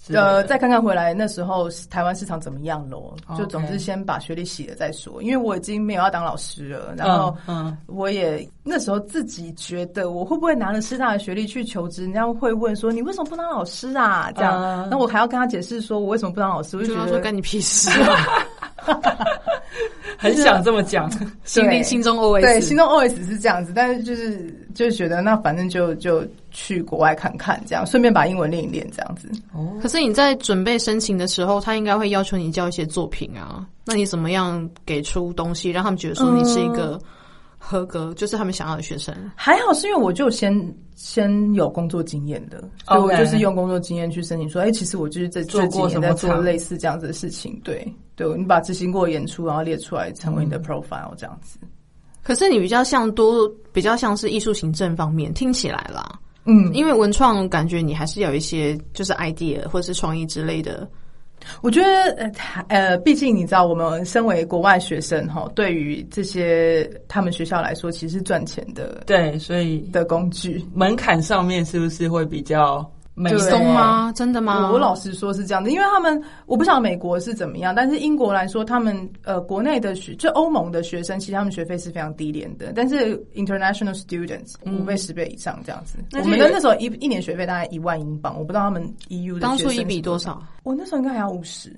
B: 是
C: 呃，
B: 的
C: 再看看回来那时候台湾市场怎么样咯。
B: OK
C: 就总之先把学历洗了再说，因为我已经没有要当老师了，然后
B: 嗯嗯
C: 我也那时候自己觉得我会不会拿了师大的学历去求职，人家会问说你为什么不当老师啊？这样，
B: 嗯
C: 那我还要跟他解释说我为什么不当老师，我就
A: 就
C: 觉
A: 他
C: 得
A: 说干你屁事啊，
B: 很想这么 讲，
A: 心里心中 OS
C: 对，心中 OS 是这样子，但是就是就是觉得那反正就就去国外看看，这样顺便把英文练一练，这样子。
B: 哦，
A: 可是你在准备申请的时候，他应该会要求你交一些作品啊。那你怎么样给出东西，让他们觉得说你是一
C: 哦
A: 个合格，就是他们想要的学生？
C: 还好是因为我就先先有工作经验的，所以我
B: OK
C: 就是用工作经验去申请说，哎、其实我就是这
B: 做
C: 这
B: 过
C: 几年
B: 什么
C: 在哦做
B: 厂
C: 类似这样子的事情，对对，你把执行过的演出然后列出来成为你的 profile 这样子，
A: 可是你比较像多，比较像是艺术行政方面，听起来啦，
C: 嗯，
A: 因为文创感觉你还是要有一些就是 idea 或是创意之类的。
C: 我觉得呃台呃，毕竟你知道，我们身为国外学生哈，对于这些他们学校来说，其实是赚钱的
B: 对，所以
C: 的工具，
B: 门槛上面是不是会比较没啊
C: 对
A: 松吗？真的吗？
C: 我老实说是这样的，因为他们我不晓得美国是怎么样，但是英国来说，他们呃国内的学就欧盟的学生，其实他们学费是非常低廉的，但是 international students
A: 嗯
C: 五倍十倍以上这样子。
B: 那就
C: 我们
B: 有
C: 的那时候一一年学费大概一万英镑，我不知道他们 EU 的
A: 当初
C: 学生
A: 一
C: 是
A: 比多
C: 多？
A: 少？
C: 我那时候应该还要五十。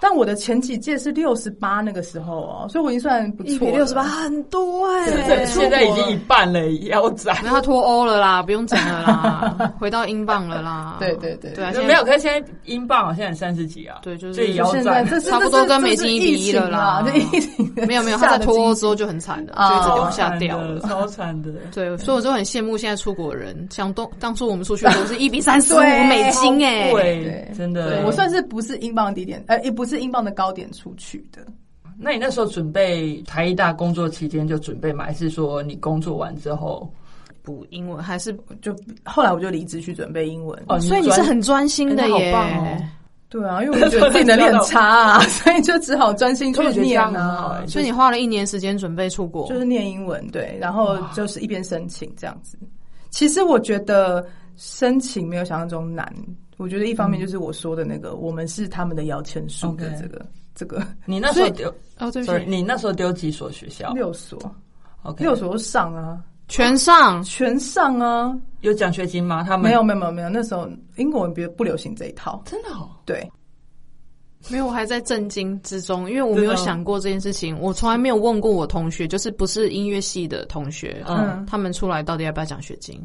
C: 但我的前几届是六十八那个时候哦，所以我已经算不错了。
A: 很多哎、
B: 对，现在已经一半了，腰斩。
A: 那他脱欧了啦，不用整了啦， 回到英镑了啦。
C: 对对对
A: 对啊，
B: 那
A: 现在
B: 没有，可是现在英镑好像也三十几啊，
A: 对就是
B: 这也腰
C: 现在
B: 斩。
C: 这是啊
A: 差不多跟美金一比一了啦
C: 这疫情的
A: 没有没有，
C: 下
A: 他在
C: 的
A: 脱欧
C: 经济
A: 之后就很惨了，
C: 哦
A: 就一直
B: 超
A: 往下
B: 惨
A: 掉
B: 的
A: 了。
B: 超惨的。
A: 对，所以我就很羡慕现在出国人，想当当初我们出去都是一比三 十五
C: 对
A: 美金哎、
B: 对
C: 对，
B: 真
C: 对
B: 的。
C: 我算是不是英镑低点，呃，也不是英镑的高点出去的。
B: 那你那时候准备台艺大工作期间就准备吗？还是说你工作完之后？
A: 补英文还是
C: 就后来我就离职去准备英文。
B: 哦
A: 所以你是很专心的耶，
B: 哎那好棒哦
C: 对啊，因为我觉得自己能力很差、 啊，所以就只好专心去
B: 可是我觉得这
C: 念
B: 样很好
C: 啊
B: 哎，
A: 所以你花了一年时间准备出国，
C: 就是念英文对，然后就是一边申请这样子。其实我觉得申请没有想象中难，我觉得一方面就是我说的那个，我们是他们的摇钱树
B: 嗯
C: 的
B: OK
C: 这个这个
B: 你那时候
A: 所以
B: 丢
A: 哦，对不
B: ，sorry，
A: 起，
B: 你那时候丢几所学校
C: 六所
B: ？OK，
C: 六所都上啊，
A: 全上
C: 全上啊，
B: 有奖学金吗？他们
C: 没有没有没有没有，那时候英国人别不流行这一套，
B: 真的哦。
C: 对，
A: 没有，我还在震惊之中，因为我没
B: 真
A: 有
B: 的哦
A: 想过这件事情，我从来没有问过我同学，就是不是音乐系的同学，
B: 嗯
A: 他们出来到底要不要奖学金？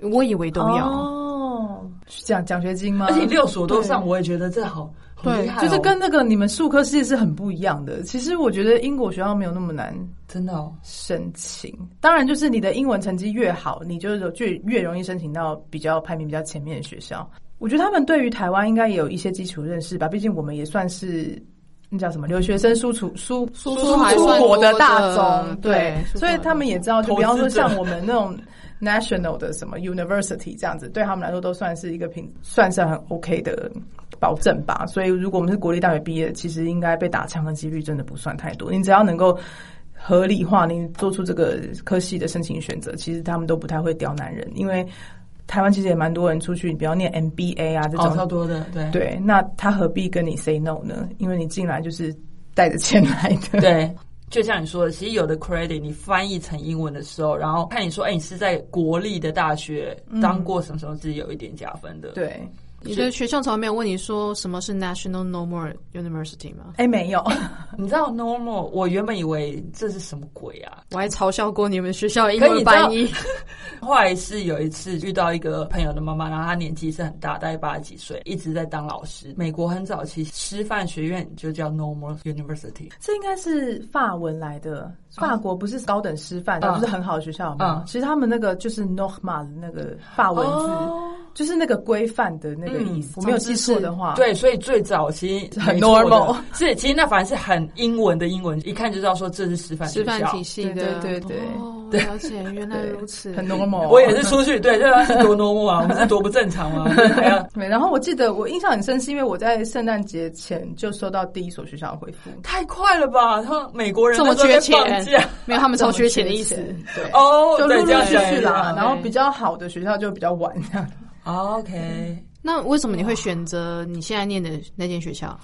A: 我以为都要，
C: 哦，奖奖学金吗？
B: 而且六所都上，我也觉得这好好
A: 对
B: 厉害哦，
C: 就是跟那个你们数科系是很不一样的。其实我觉得英国学校没有那么难
B: 真的哦，
C: 申请，当然就是你的英文成绩越好，你就有就越容易申请到比较排名比较前面的学校。我觉得他们对于台湾应该也有一些基础认识吧，毕竟我们也算是那叫什么留学生输出输
A: 输
C: 输
A: 出还算
C: 国的大
A: 多的
C: 宗，
A: 对
C: 对
A: 输，出
C: 所以他们也知道，就
B: 投
C: 比方说
B: 资者
C: 像我们那种 national 的什么 university 这样子，对他们来说都算是一个品，算是很 OK 的保证吧。所以如果我们是国立大学毕业，其实应该被打枪的几率真的不算太多。你只要能够合理化你做出这个科系的申请选择，其实他们都不太会刁难人，因为台湾其实也蛮多人出去，你不要念 MBA 啊这
B: 哦，超
C: 种，
B: 多的，对
C: 对，那他何必跟你 say no 呢？因为你进来就是带着钱来 的，
B: 对，就像你说的，其实有的 credit 你翻译成英文的时候，然后看你说，哎、你是在国立的大学当过什么什么，自己有一点加分的。，
C: 对，
A: 你的学校从来没有问你说什么是 National Normal University 吗？
C: 哎、没有。
B: 你知道 normal，我原本以为这是什么鬼啊，
A: 我还嘲笑过你们学校的英
B: 可以
A: 文
B: 你知道
A: 翻译，
B: 后来是有一次遇到一个朋友的妈妈，然后她年纪是很大，大概八十几岁，一直在当老师。美国很早期师范学院就叫 normal university，
C: 这应该是法文来的。法国不是高等师范，
B: 嗯
C: 不是很好的学校吗
B: 嗯？
C: 哦
B: 哦
C: 其实他们那个就是 n o r m a 那个法文字，就是那个规范的那个意思。我没有记错的话，
B: 对，所以最早期
C: 很
B: 没错的
C: normal
B: 是其实那反而是很英文的英文，一看就知道说这是师范
A: 师范
B: 学校
A: 体系的，
C: 对对对对
A: 哦，了解，原来
C: 对
A: 如此，
C: 很 normal。
B: 我也是出去，
C: 哦
B: 对，这要是多 normal 啊，我们是多不正常啊，还要
C: 对，然后我记得我印象很深，是因为我在圣诞节前就收到第一所学校的回复，
B: 太快了吧？他们美国人
A: 这么
B: 那时候在
A: 缺钱
B: 放假，
A: 没有他们超缺钱的 意思。
C: 对，
B: 哦，
C: 就
B: 对
C: 陆
B: 这
C: 陆
B: 样
C: 续续
B: 讲
C: 啦。
B: 对
C: 然后比较好的学校就比较晚这样。
B: 哦 OK，
C: 嗯
A: 那为什么你会选择你现在念的那间学校？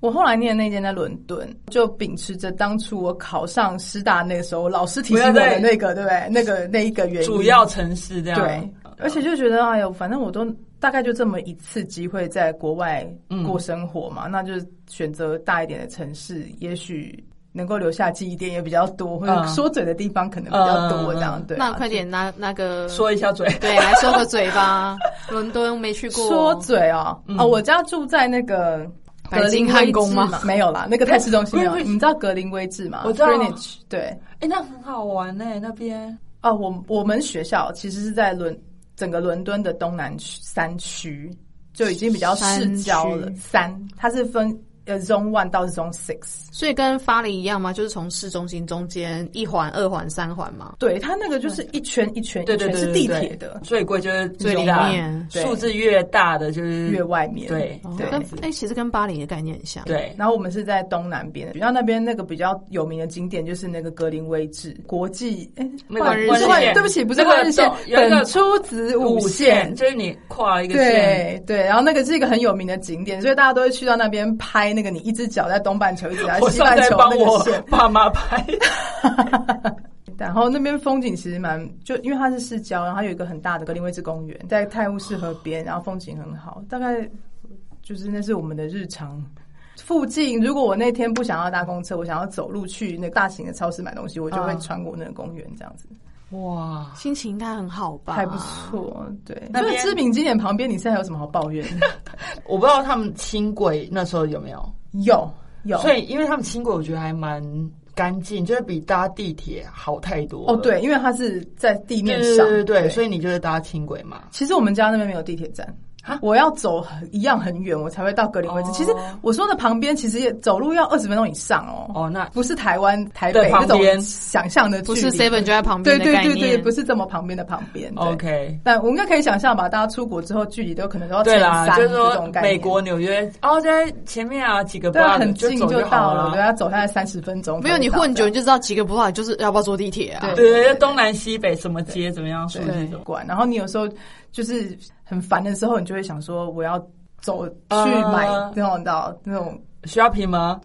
C: 我后来念的那间在伦敦，就秉持着当初我考上师大那个时候老师提醒我的那个，对不对？那个那一个原因，
B: 主要城市这样
C: 对，而且就觉得哎呦，反正我都大概就这么一次机会在国外过生活
B: 嗯
C: 嘛，那就选择大一点的城市，也许能够留下记忆点也比较多，或者
B: 嗯
C: 说嘴的地方可能比较
B: 嗯
C: 多，这样对啊。
A: 那快点拿那个，
B: 说一下 嘴，
A: 对，来说个嘴吧。伦敦没去过，
C: 说嘴哦，
B: 嗯
C: 哦，我家住在那个。
A: 白金汉宫吗哎
C: 格林威治嘛没有啦，那个太市中心没有。
B: 不是不是
C: 你知道格林威治吗？
B: 我知道
C: Greenwich 对，
B: 哎，那很好玩呢，那边
C: 哦，我我们学校其实是在伦整个伦敦的东南区三区，就已经比较市郊了
A: 山。区
C: 三，它是分呃 Zone One 到 Zone Six，
A: 所以跟巴黎一样吗？就是从市中心中间一环、二环、三环嘛。
C: 对，它那个就是一圈一圈
B: 对
C: 一
B: 对
C: 圈
B: 对
C: 是地铁的，
B: 最贵就是
A: 最里
B: 大
A: 面
C: 对
B: 数字越大的就是
C: 越外面
B: 对
A: 哦
C: 对
A: 跟哎、其实跟巴黎的概念很像。，
B: 对。
C: 然后我们是在东南边，学校那边那个比较有名的景点就是那个格林威治国际，哎，
B: 那个
C: 换
A: 换日
C: 是换
B: 线
C: 对不起，不是
B: 那个
C: 换日线
B: 走，有一个
C: 本初子午线，
B: 就是你跨了一个线，
C: 对对，然后那个是一个很有名的景点，所以大家都会去到那边拍那个你一只脚在东半球，一只 脚
B: 我
C: 在西
B: 上
C: 半
B: 在
C: 球
B: 帮
C: 那
B: 我
C: 个线。
B: 爸妈拍，
C: 然后那边风景其实蛮，就因为它是市郊，然后它有一个很大的格林威治公园，在泰晤士河边，然后风景很好。大概就是那是我们的日常。附近，如果我那天不想要搭公车，我想要走路去那个大型的超市买东西，我就会
B: 嗯
C: 穿过那个公园，这样子、
B: 哇！
A: 心情应该很好吧？
C: 还不。错。对，
B: 那
C: 啊那
B: 边
C: 个知名景点旁边，你现在有什么好抱怨？
B: 我不知道他们轻轨那时候有没有，
C: 有有，
B: 所以因为他们轻轨，我觉得还蛮干净，就是比搭地铁好太多。
C: 哦，，对，因为它是在地
B: 对
C: 面
B: 对
C: 上，
B: 对对对，所以你就是搭轻轨嘛。
C: 其实我们家那边没有地铁站
B: 啊。
C: 我要走很一样很远，我才会到格林威治。
B: 哦
C: 其实我说的旁边，其实也走路要二十分钟以上哦，
B: 哦，那
C: 不是台湾台北
B: 对
C: 那
B: 旁
C: 种
B: 边
C: 想象的距
A: 不
C: 离，
A: 是 seven 就在旁边
C: 对
A: 的
C: 对
A: 概
C: 对
A: 念，
C: 对，不是这么旁边的旁边。对
B: 哦 OK。
C: 但我应该可以想象吧，大家出国之后距离都可能都要
B: 对
C: 乘
B: 啦，
C: 三
B: 就是
C: 这
B: 说
C: 种概念。
B: 美国纽约，哦，在前面啊几个
C: 对啊，
B: block
C: 很
B: 就
C: 近
B: 走
C: 就
B: 好
C: 到了，对
B: 了。
C: 啊，走下来三十分钟。
A: 没有你混久
C: 久
A: 你就知道几个不好，就是要不要坐地铁啊？
C: 对
B: 对对对，东南西北什么街怎么样，数字怎么样
C: 管。然后你有时候就是很烦的时候，你就会想说，我要走去
B: 啊
C: 买那种到那种
B: ？shopping 吗？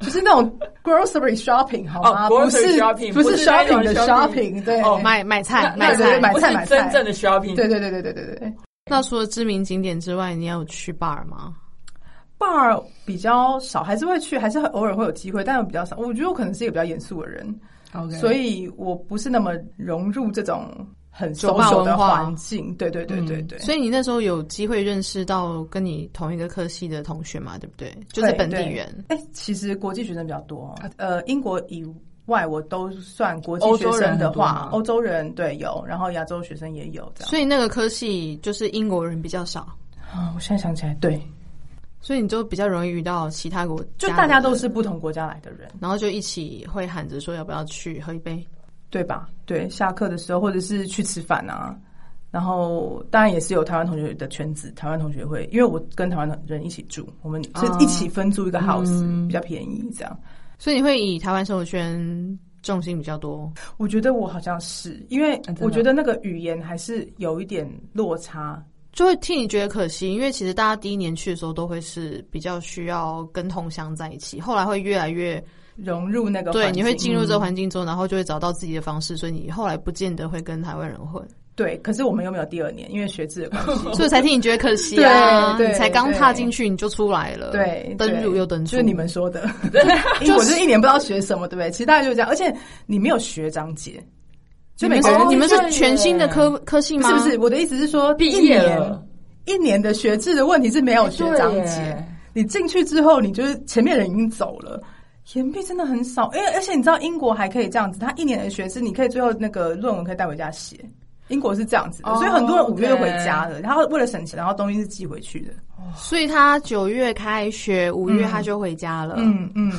C: 就是那种 grocery shopping 好吗？
B: 哦
C: 不是
B: grocery shopping，
C: 不
B: 不
C: 是
B: 是那种
C: shopping 的
B: shopping
C: shopping，对，
B: 哦
A: 买买菜
B: 那
A: 买
C: 对对
A: 菜
C: 对买
B: 不
C: 菜
B: 是
C: 买菜
B: 真正的 shopping，
C: 对对对对对对对哎对。
A: 那除了知名景点之外，你有去 bar 吗？
C: bar 比较少，还是会去，还是偶尔会有机会，但比较少。我觉得我可能是一个比较严肃的人
B: OK，
C: 所以我不是那么融入这种很
A: 酒吧
C: social 的
A: 文化
C: 环境。对对对对对。
A: 所以你那时候有机会认识到跟你同一个科系的同学嘛？对不对？就是本地人。
C: 哎、诶其实国际学生比较多，呃，英国以外我都算国
B: 啊欧
C: 际
B: 洲
C: 学
B: 人
C: 生的
B: 很多
C: 话
B: 吗，
C: 欧洲人对有，然后亚洲学生也有这样。
A: 所以那个科系就是英国人比较少，
C: 啊、我现在想起来，对，
A: 所以你就比较容易遇到其他国
C: 就
A: 家的
C: 大家
A: 人
C: 都是不同国家来的人。
A: 然后就一起会喊着说要不要去喝一杯。
C: 对吧？对，下课的时候或者是去吃饭啊，然后当然也是有台湾同学的圈子，台湾同学会，因为我跟台湾人一起住，我们是一起分租一个 house，、比较便宜这样。
A: 所以你会以台湾生活圈重心比较多，
C: 我觉得我好像是，因为
B: 真的
C: 我觉得那个语言还是有一点落差。
A: 就会替你觉得可惜，因为其实大家第一年去的时候都会是比较需要跟同乡在一起，后来会越来越
C: 融入那个
A: 对，
C: 环
A: 你会
C: 境
A: 进入这个环境之后，然后就会找到自己的方式，所以你后来不见得会跟台湾人混，
C: 对，可是我们又没有第二年，因为学制的关 系，
A: 所以才替你觉得可惜啊！
C: 对对
A: 哦你才刚踏进去你就出来了，
C: 对，
A: 登
C: 对
A: 入又登出，
C: 就是你们说 的，英国就是一年不知道学什么，对不对？其实大概就是这样，而且你没有学长姐，就每
A: 你
C: 个
A: 们
C: 人
A: 是你们
B: 哦对
A: 是
B: 耶
A: 全新的科科系吗？
C: 是不是？我的意思是说，
B: 毕
C: 一
B: 业
C: 年
B: 了，
C: 一年的学制的问题是没有学长
B: 对
C: 姐
B: 耶，
C: 你进去之后，你就是前面人已经走了。岩壁真的很少，哎，而且你知道英国还可以这样子，他一年的学制，你可以最后那个论文可以带回家写，英国是这样子的，
B: 哦
C: 所以很多人五月就
B: OK
C: 回家了，然后为了省钱，然后东西是寄回去的。
A: 所以他九月开学，五月他就回家了，
C: 嗯嗯，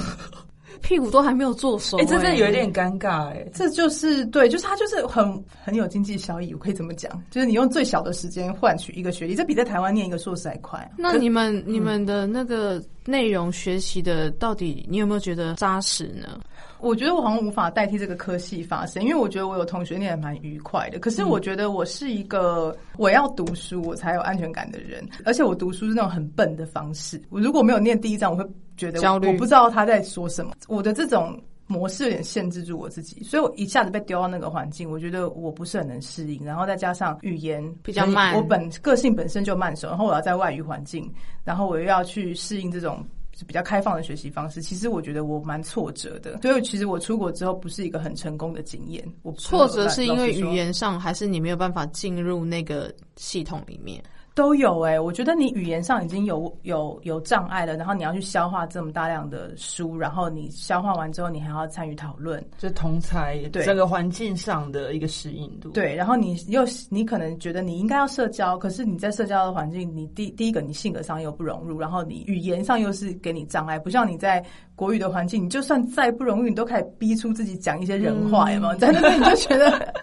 A: 屁股都还没有做熟、
B: 哎、这真的
A: 哎
B: 有一点尴尬哎、
C: 这就是对，就是他就是很很有经济效益，我可以怎么讲？就是你用最小的时间换取一个学历，这比在台湾念一个硕士还快啊、
A: 那你们、你们的那个内容学习的到底，你有没有觉得扎实
C: 嗯
A: 呢？
C: 我觉得我好像无法代替这个科系发声，因为我觉得我有同学念得蛮愉快的。可是我觉得我是一个我要读书我才有安全感的人，而且我读书是那种很笨的方式。我如果没有念第一章，我会觉得
A: 焦虑
C: 我不知道他在说什么。我的这种模式有点限制住我自己，所以我一下子被丢到那个环境，我觉得我不是很能适应。然后再加上语言
A: 比较慢
C: 我本个性本身就慢熟，然后我要在外语环境，然后我又要去适应这种。比较开放的学习方式，其实我觉得我蛮挫折的，所以其实我出国之后不是一个很成功的经验。我
A: 挫折是因为语
C: 老实说
A: 言上，还是你没有办法进入那个系统里面？
C: 都有哎、我觉得你语言上已经有有有障碍了，然后你要去消化这么大量的书，然后你消化完之后，你还要参与讨论，
B: 就同才
C: 对
B: 整个环境上的一个适应度。，
C: 对，然后你又你可能觉得你应该要社交，可是你在社交的环境，你第第一个你性格上又不融入，然后你语言上又是给你障碍，不像你在国语的环境，你就算再不融入，你都可以逼出自己讲一些人话，有没
B: 嗯
C: 有？在那边你就觉得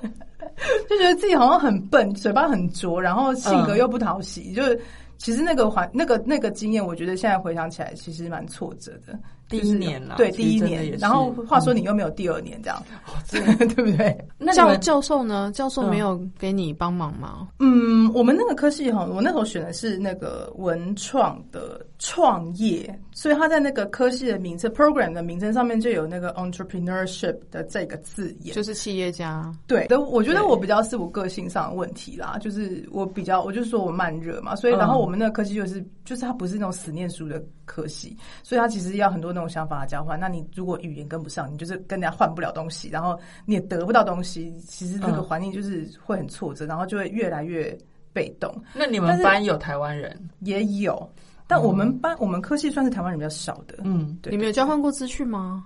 C: 就觉得自己好像很笨，嘴巴很拙，然后性格又不讨喜，就是。其实那个环那个那个经验，我觉得现在回想起来，其实蛮挫折的。
B: 第一
C: 就是
B: 年啦
C: 对
B: 其实
C: 第一
B: 真的也
C: 年，
B: 是哦
C: 然后话说你又没有第二年，这样， 对不对？
B: 那你
A: 教
B: 们
A: 教授呢？教授
B: 嗯
A: 没有给你帮忙吗？
C: 嗯，我们那个科系哈，我那时候选的是那个文创的创业，所以它在那个科系的名称 program 的名称上面就有那个 entrepreneurship 的这个字眼。
A: 就是企业家，
C: 对，但我觉得我比较是我个性上的问题啦，就是我比较，我就说我慢热嘛，所以
B: 嗯
C: 然后我们那个科系就是，就是它不是那种死念书的科系，所以它其实要很多那种想法的交换。那你如果语言跟不上，你就是跟人家换不了东西，然后你也得不到东西，其实这个
B: 嗯
C: 环境就是会很挫折，然后就会越来越被动。
B: 那你
C: 但
B: 们
C: 是
B: 班有台湾人？
C: 也有，
A: 嗯
C: 但我们班、我们科系算是台湾人比较少的。
B: 嗯，
C: 对
A: 你们有交换过资讯吗？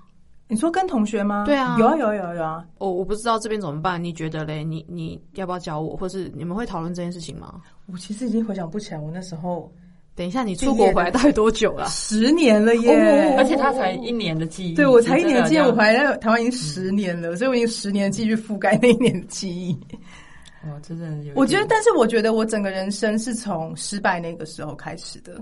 C: 你说跟同学吗？
A: 对啊
C: 有啊有啊有啊有啊。
A: 哦我、我不知道这边怎么办，你觉得嘞？你你要不要教我，或是你们会讨论这件事情吗？
C: 我其实已经回想不起来，我那时候
A: 等一下，你出国回来大概多久 了？
C: 十年了
A: 哦
C: 耶，
B: 而且他才一年的记忆，
C: 对我才一年的记忆，我
B: 真的
C: 回来台湾已经十年了，所以我已经十年的记忆去覆盖那一年的记忆。
B: 这样哇，真的有一点。
C: 我觉得，但是我觉得我整个人生是从失败那个时候开始的。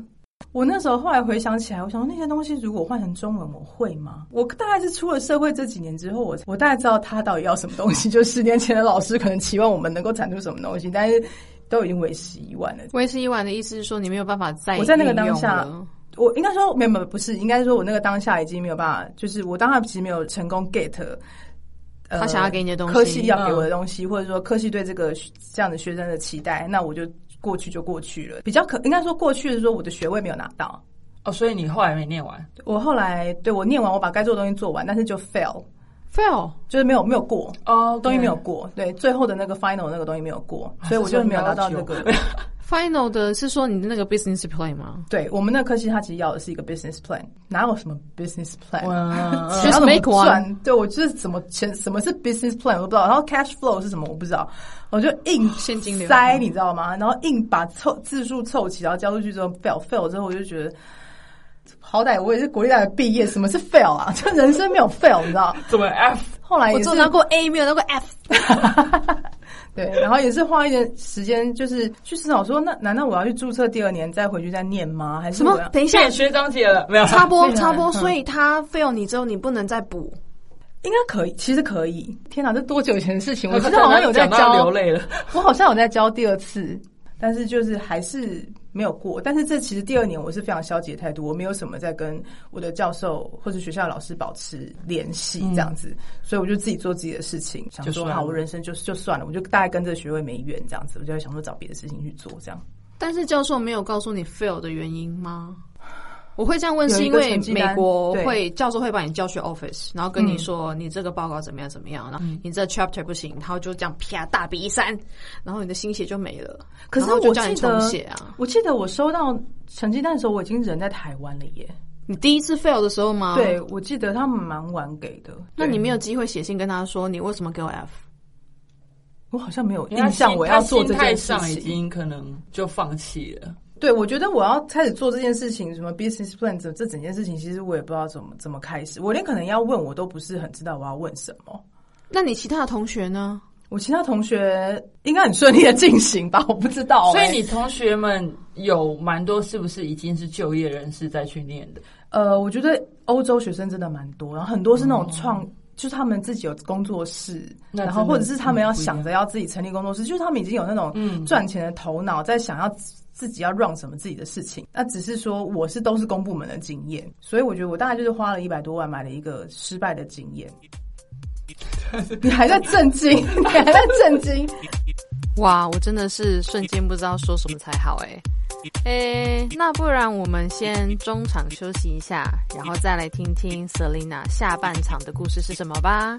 C: 我那时候后来回想起来，我想说那些东西如果换成中文，我会吗？我大概是出了社会这几年之后，我我大概知道他到底要什么东西。就十年前的老师可能期望我们能够产出什么东西，但是都已经为时已晚了。
A: 为时已晚的意思是说，你没有办法再
C: 我在那个
A: 利用
C: 当下
A: 了
C: 我应该说没有没有不是，应该是说我那个当下已经没有办法，就是我当下其实没有成功 get、呃。
A: 他想要给你的东西
C: 科系要给我的东西，或者说科系对这个学这样的学生的期待，那我就过去就过去了。比较可应该说过去是说我的学位没有拿到，
B: 哦，所以你后来没念完，
C: 我后来对我念完我把该做的东西做完，但是就 fail，
A: fail，
C: 就是没有没有过。
B: 哦，
C: 东西没有过，对，最后的那个 final 那个东西没有过，所以我嗯啊就没有拿到那个。
A: Final 的是说你的那个 business plan 吗？
C: 对我们那科系，它其实要的是一个 business plan，哪有什么 business plan？
B: 哇，
A: Just
C: 然后怎么
A: make one
C: 赚对我就是怎么钱，什么是 business plan 我不知道，然后 cash flow 是什么我不知道，我就硬
A: 哦现金流嗯
C: 塞，你知道吗？然后硬把凑字数凑齐，然后交出去之后 fail fail 之后，我就觉得。好歹我也是国立大学毕业，什么是 fail 啊？ 这人生没有 fail，你知道？
B: 怎么 F？
C: 后来
A: 我
C: 也是
A: 只有拿过 A，没有拿过 F。
C: 对，然后也是花一点时间，就是去思考说，那难道我要去注册第二年再回去再念吗？还是
A: 什么
C: 我要？
A: 等一下，
B: 谢学长姐了没有？
A: 插播
C: 那个
A: 插播，
C: 嗯
A: 所以他 fail 你之后，你不能再补。
C: 应该可以，其实可以。天哪，这多久以前的事情？
A: 呃
C: 我
B: 我
C: 记得好像有在
B: 讲到
C: 教
B: 流泪了。
C: 我好像有在教第二次，但是就是还是没有过。但是这其实第二年我是非常消极的态度，我没有什么在跟我的教授或者学校的老师保持联系这样子，所以我就自己做自己的事情，想
B: 就
C: 说
B: 算了
C: 好，我人生就就算了，我就大概跟这个学位没缘这样子，我就会想说找别的事情去做这样。
A: 但是教授没有告诉你 fail 的原因吗？我会这样问，
C: 有
A: 是
C: 一
A: 因
C: 个
A: 为
C: 成绩
A: 美
C: 单嗯
A: 国
C: 对
A: 会教授会把你叫去 office，然后跟你说你这个报告怎么样怎么样，然
C: 嗯
A: 后你这 chapter 不行，然后就这样啪大笔一扇，然后你的心血就没了。
C: 可是
A: 然后
C: 我
A: 就叫
C: 记
A: 你重
C: 得
A: 写啊，，
C: 我记得我收到成绩单的时候，我已经人在台湾了耶。
A: 你第一次 fail 的时候吗？
C: 对，，我记得他们蛮晚给的。
A: 啊那你
C: 对
A: 没有机会写信跟他说你为什么给我 F？
C: 我好像没有
B: 因为他
C: 印象
B: 心
C: 我
B: 他
C: 要做这
B: 心态
C: 件事
B: 上已
C: 情。
B: 经可能就放弃了。
C: 对，我觉得我要开始做这件事情，什么 business plan 这这整件事情，其实我也不知道怎么怎么开始，我连可能要问我都不是很知道我要问什么。
A: 那你其他的同学呢？
C: 我其他同学应该很顺利的进行吧，我不知道欸、
B: 所以你同学们有蛮多是不是已经是就业人士在去念的？
C: 呃，我觉得欧洲学生真的蛮多，然后很多是那种创。就是他们自己有工作室，
B: 哦那真
C: 然后
B: 的
C: 或者是他们要
B: 嗯不一样嗯
C: 想着要自己成立工作室，就是他们已经有那种赚钱的头脑，在想要自自己要 run 什么自己的事情。那只是说我是都是公部门的经验，所以我觉得我大概就是花了一百多万买了一个失败的经 验。你还在震惊，你还在震惊。
A: 哇，我真的是瞬间不知道说什么才好哎、诶、那不然我们先中场休息一下，然后再来听听 Selina 下半场的故事是什么吧。